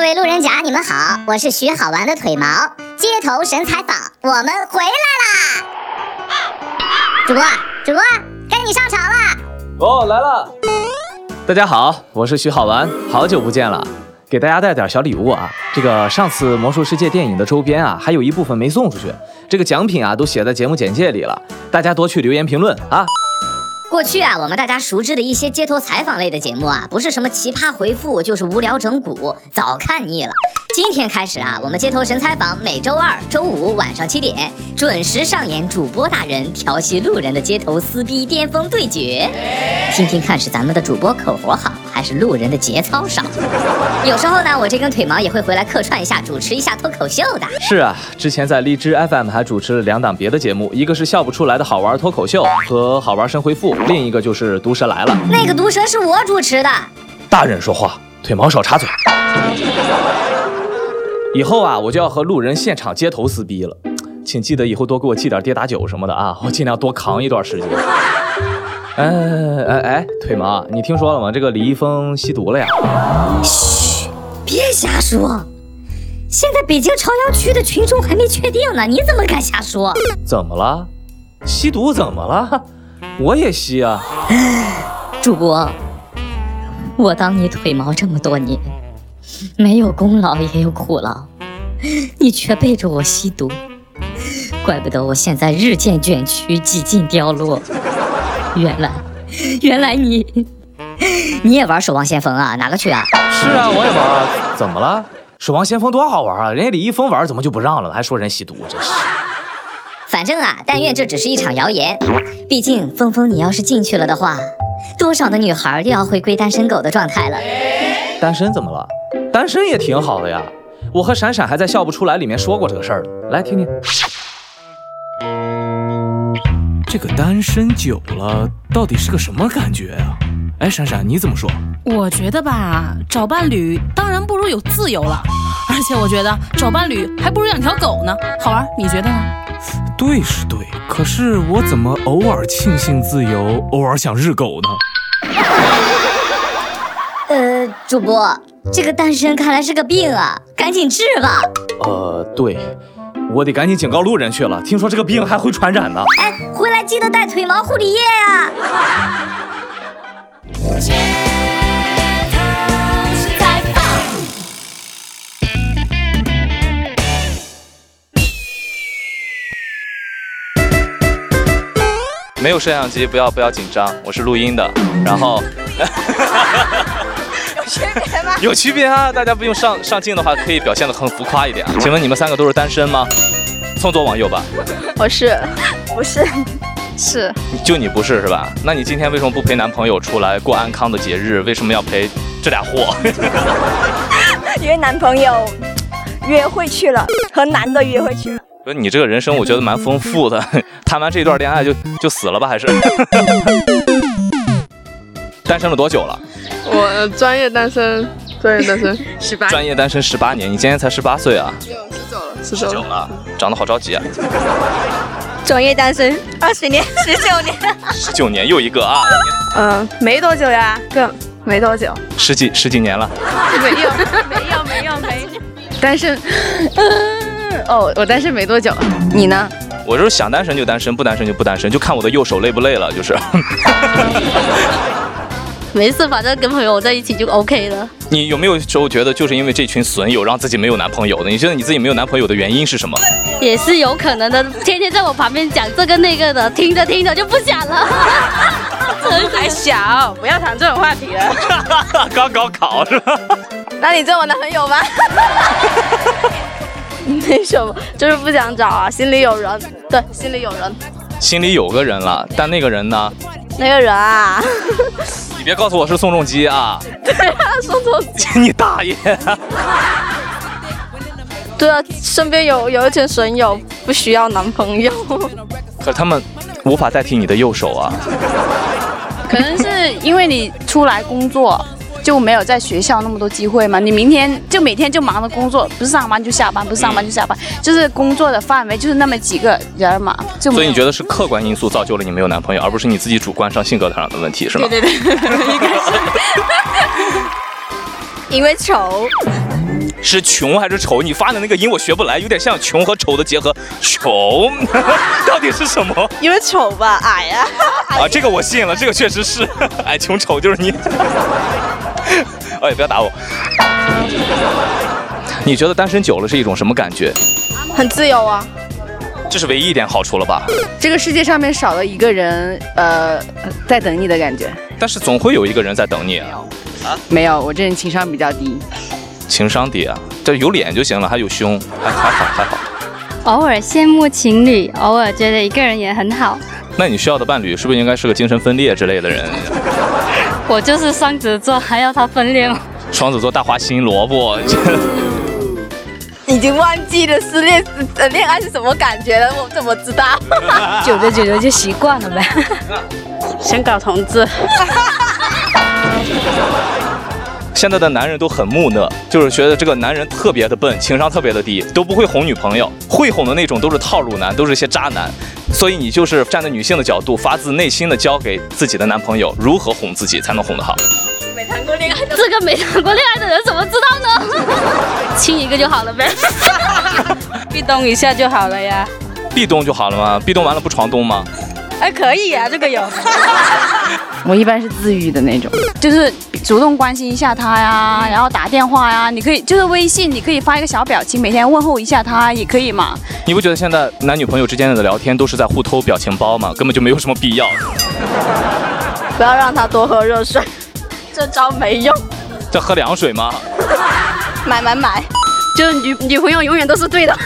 位路人甲，你们好，我是许好玩的腿毛，街头神采访，我们回来啦！主播，主播，该你上场了。哦，来了！大家好，我是徐好玩，好久不见了，给大家带点小礼物啊。这个上次魔兽世界电影的周边啊，还有一部分没送出去，这个奖品啊都写在节目简介里了，大家多去留言评论啊。过去啊，我们大家熟知的一些街头采访类的节目啊，不是什么奇葩回复，就是无聊整蛊，早看腻了。今天开始啊，我们街头神采访每周二、周五晚上七点准时上演主播大人调戏路人的街头撕逼巅峰对决，听听看是咱们的主播口活好，还是路人的节操少。有时候呢，我这根腿毛也会回来客串一下，主持一下脱口秀的。是啊，之前在荔枝 FM 还主持了两档别的节目，一个是笑不出来的好玩脱口秀和好玩神回复，另一个就是毒舌来了。那个毒蛇是我主持的，大人说话，腿毛少插嘴。以后啊，我就要和路人现场街头撕逼了，请记得以后多给我寄点跌打酒什么的啊，我尽量多扛一段时间。哎哎哎，腿毛，你听说了吗？这个李易峰吸毒了呀？别瞎说！现在北京朝阳区的群众还没确定呢，你怎么敢瞎说？怎么了？吸毒怎么了？我也吸啊。主播，我当你腿毛这么多年，没有功劳也有苦劳，你却背着我吸毒，怪不得我现在日渐卷曲，几近凋落。原来，原来你，你也玩守望先锋啊？哪个区啊？是啊，我也玩啊。怎么了？守望先锋多好玩啊！人家李易峰玩怎么就不让了？还说人吸毒，真是。反正啊，但愿这只是一场谣言。毕竟，峰峰，你要是进去了的话，多少的女孩又要回归单身狗的状态了。单身怎么了？单身也挺好的呀。我和闪闪还在《笑不出来》里面说过这个事儿呢。来听听。这个单身久了到底是个什么感觉呀、哎，闪闪，你怎么说？我觉得吧，找伴侣当然不如有自由了，而且我觉得找伴侣还不如养条狗呢，好玩，你觉得呢？对是对，可是我怎么偶尔庆幸自由，偶尔想日狗呢？呃，主播，这个单身看来是个病啊，赶紧治吧。呃，对，我得赶紧警告路人去了。听说这个病还会传染呢。哎，回来记得带腿毛护理液啊。没有摄像机，不要不要紧张，我是录音的。然后有区别啊，大家不用上上镜的话，可以表现得很浮夸一点啊。请问你们三个都是单身吗？从左往右吧， 我是，不是，是就你不是是吧？那你今天为什么不陪男朋友出来过安康的节日？为什么要陪这俩货？因为男朋友约会去了，和男的约会去了。不是你这个人生，我觉得蛮丰富的。 谈完这一段恋爱就就死了吧，还是？单身了多久了？我呃专业单身，专业单 身，十八专业单身十八年，你今年才十八岁啊？是这久种。了，长得好着急啊！专业单身二十年，十九 年。十九年又一个啊，嗯，没多久呀，更没多久，十几十几年了。没有，没有，没有，没有。单身，哦，我单身没多久。你呢？我就是想单身就单身，不单身就不单身，就看我的右手累不累了，就是。 没事，反正跟朋友在一起就 OK 了。你有没有时候觉得，就是因为这群损友让自己没有男朋友的？你觉得你自己没有男朋友的原因是什么？也是有可能的，天天在我旁边讲这个那个的，听着听着就不想了。还小，不要谈这种话题了。 刚高考是吧？那你做我男朋友吧。 没什么，就是不想找啊，心里有人。对，心里有人。心里有个人了，但那个人呢？那个人啊，你别告诉我是宋仲基啊！他说错。你大爷！对啊，身边有有一群损友，不需要男朋友。可他们无法代替你的右手啊！ 可能是因为你出来工作，就没有在学校那么多机会嘛。你明天就每天就忙着工作，不是上班就下班，不是上班就下班，就是工作的范围就是那么几个人嘛。就所以你觉得得是客观因素造就了你没有男朋友，而不是你自己主观上性格上的问题，是吗？因为丑，是穷还是丑？你发的那个音我学不来，有点像穷和丑的结合，穷 到底是什么？因为丑吧，矮呀、啊，这个我信了，这个确实是，哎，穷丑就是你。哎，不要打我。你觉得单身久了是一种什么感觉？很自由啊。这是唯一一点好处了吧？这个世界上面少了一个人，呃，在等你的感觉。但是总会有一个人在等你啊，没有，我这人情商比较低，情商低啊，这有脸就行了，还 有胸，还还好还好。偶尔羡慕情侣，偶尔觉得一个人也很好。那你需要的伴侣是不是应该是个精神分裂之类的人？我就是双子座，还要他分裂吗？双子座大花心萝卜， 已经忘记了失恋呃恋爱是什么感觉了，我怎么 知道？久着久着就习惯了呗。想搞同志，现在的男人都很木讷，就是觉得这个男人特别的笨，情商特别的低，都不会哄女朋友，会哄的那种都是套路男，都是一些渣男。所以你就是站在女性的角度，发自内心的教给自己的男朋友如何哄自己才能哄得好。没谈过恋爱的，这个没谈过恋爱的人怎么知道呢？亲一个就好了呗，壁咚一下就好了呀。壁咚就好了吗？壁咚完了不床咚吗？哎，可以啊呀、这个有。我一般是自愈的那种，就是主动关心一下他呀，然后打电话呀，你可以就是微信，你可以发一个小表情，每天问候一下他也可以嘛。你不觉得现在男女朋友之间的聊天都是在互偷表情包吗？根本就没有什么必要。不要让他多喝热水， 这招没用。在喝凉水吗？买买买，就是女女朋友永远都是对的。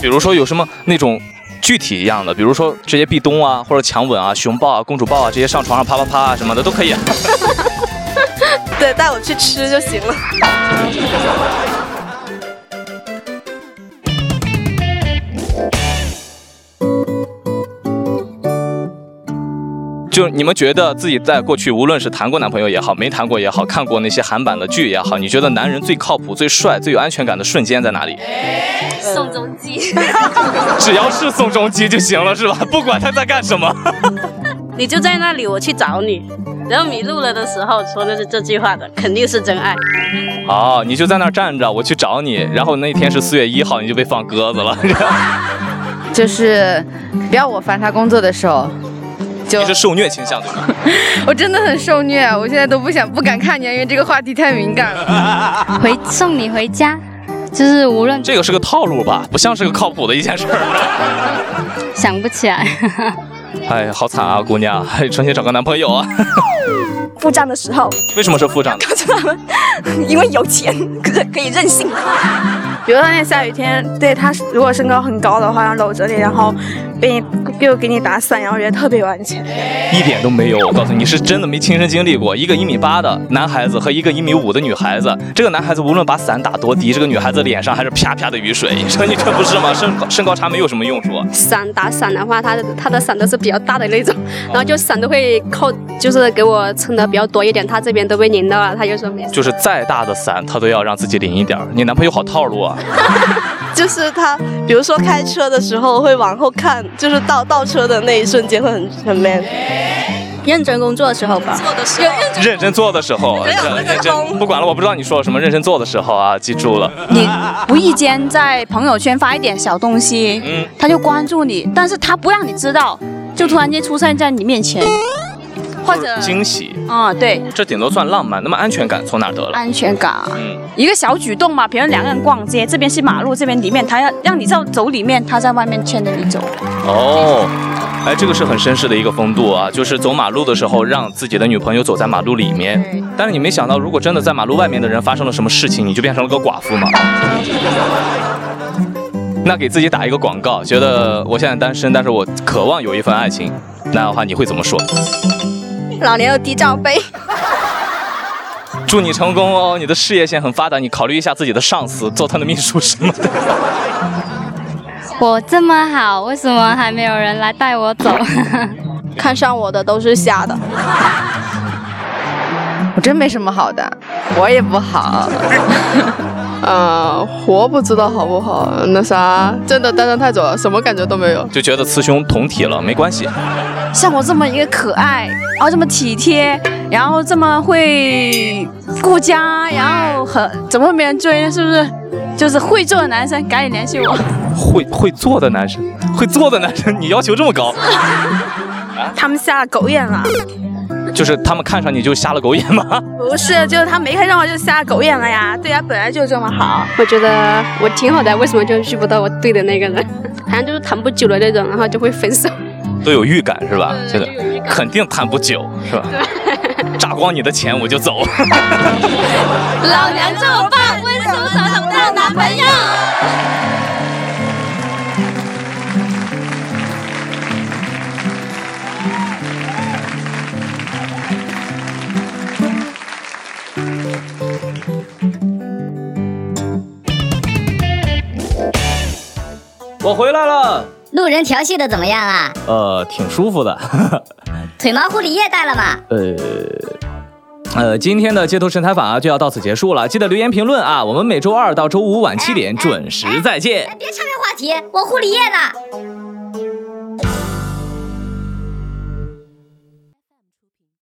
比如说有什么那种具体一样的，比如说直接壁咚啊，或者强吻啊、熊抱啊、公主抱啊，直接上床上啪啪啪啊什么的都可以。 对，带我去吃就行了。就你们觉得自己在过去，无论是谈过男朋友也好，没谈过也好，看过那些韩版的剧也好，你觉得男人最靠谱、最帅、最有安全感的瞬间在哪里？宋仲基，只要是宋仲基就行了，是吧？不管他在干什么。你就在那里，我去找你。然后迷路了的时候说的是这句话的，肯定是真爱。哦，你就在那儿站着，我去找你。然后那天是四月一号，你就被放鸽子 了。就是不要我烦他工作的时候，你是受虐倾向对吗？我真的很受虐，我现在都不想不敢看你，因为这个话题太敏感了。回送你回家，就是无论这个是个套路吧，不像是个靠谱的一件事儿。想不起来。 哎，好惨啊，姑娘，还重新找个男朋友啊？付账的时 候，为什么是付账的？告诉他们，因为有钱可可以任性。比如说那下雨天，对他如果身高很高的话，然后搂着你，然后给你又给你打伞，然后觉得特别有安全。一点都没有，我告诉你，你是真的没亲身经历过。一个一米八的男孩子和一个一米五的女孩子，这个男孩子无论把伞打多低，这个女孩子脸上还是啪啪的雨水。 你说你这不是吗？身高身高差没有什么用处啊。 伞打伞的话，他的他的伞都是比较大的那种，哦然后就伞都会扣，就是给我撑的比较多一点，他这边都被淋到了，他就说没事。就是再大的伞，他都要让自己淋一点儿。你男朋友好套路 啊！就是他，比如说开车的时候会往后看，就是倒倒车的那一瞬间会很很 man。认真工作的时候吧，认真做的时候，认认真不管了，我不知道你说什么。认真做的时候啊，记住了。你无意间在朋友圈发一点小东西，嗯他就关注你，但是他不让你知道，就突然间出现在你面前，或者惊喜，啊、对，这顶多算浪漫。那么安全感从哪儿得了？安全感啊，嗯，一个小举动嘛，别人两个人逛街，这边是马路，这边里面，他要让你走走里面，他在外面牵着你走。哦，哎，这个是很绅士的一个风度啊，就是走马路的时候让自己的女朋友走在马路里面。但是你没想到，如果真的在马路外面的人发生了什么事情，你就变成了个寡妇嘛。那给自己打一个广告，觉得我现在单身，但是我渴望有一份爱情，那样的话你会怎么说？老年又低罩杯，祝你成功哦，你的事业线很发达，你考虑一下自己的上司，做他的秘书什么的。我这么好，为什么还没有人来带我走？看上我的都是瞎的。我真没什么好的，活也不好。呃，活不知道好不好，那啥，真的单身太久了，什么感觉都没有。就觉得雌雄同体了，没关系。像我这么一个可爱，然后这么体贴，然后这么会顾家，然后很怎么会没人追呢？是不是？就是会做的男生，赶紧联系我。会会做的男生，会做的男生，你要求这么高， 他们下了狗眼了，就是他们看上你就瞎了狗眼吗？不是，就是他没看上我就下了狗眼了呀。对呀、本来就这么好。我觉得我挺好的，为什么就遇不到我对的那个 人？好像就是谈不久的那种，然后就会分手。都有预感是吧？这个肯定谈不久是吧？ 榨光你的钱我就走。 老娘这么棒，温柔找找不到男朋友。我回来了，路人调戏的怎么样啊？呃，挺舒服的。腿毛护理液带了吗？呃，呃，今天的街头神采访啊就要到此结束了，记得留言评论啊，我们每周二到周五晚七点准时再见。别岔开话题，我护理液呢？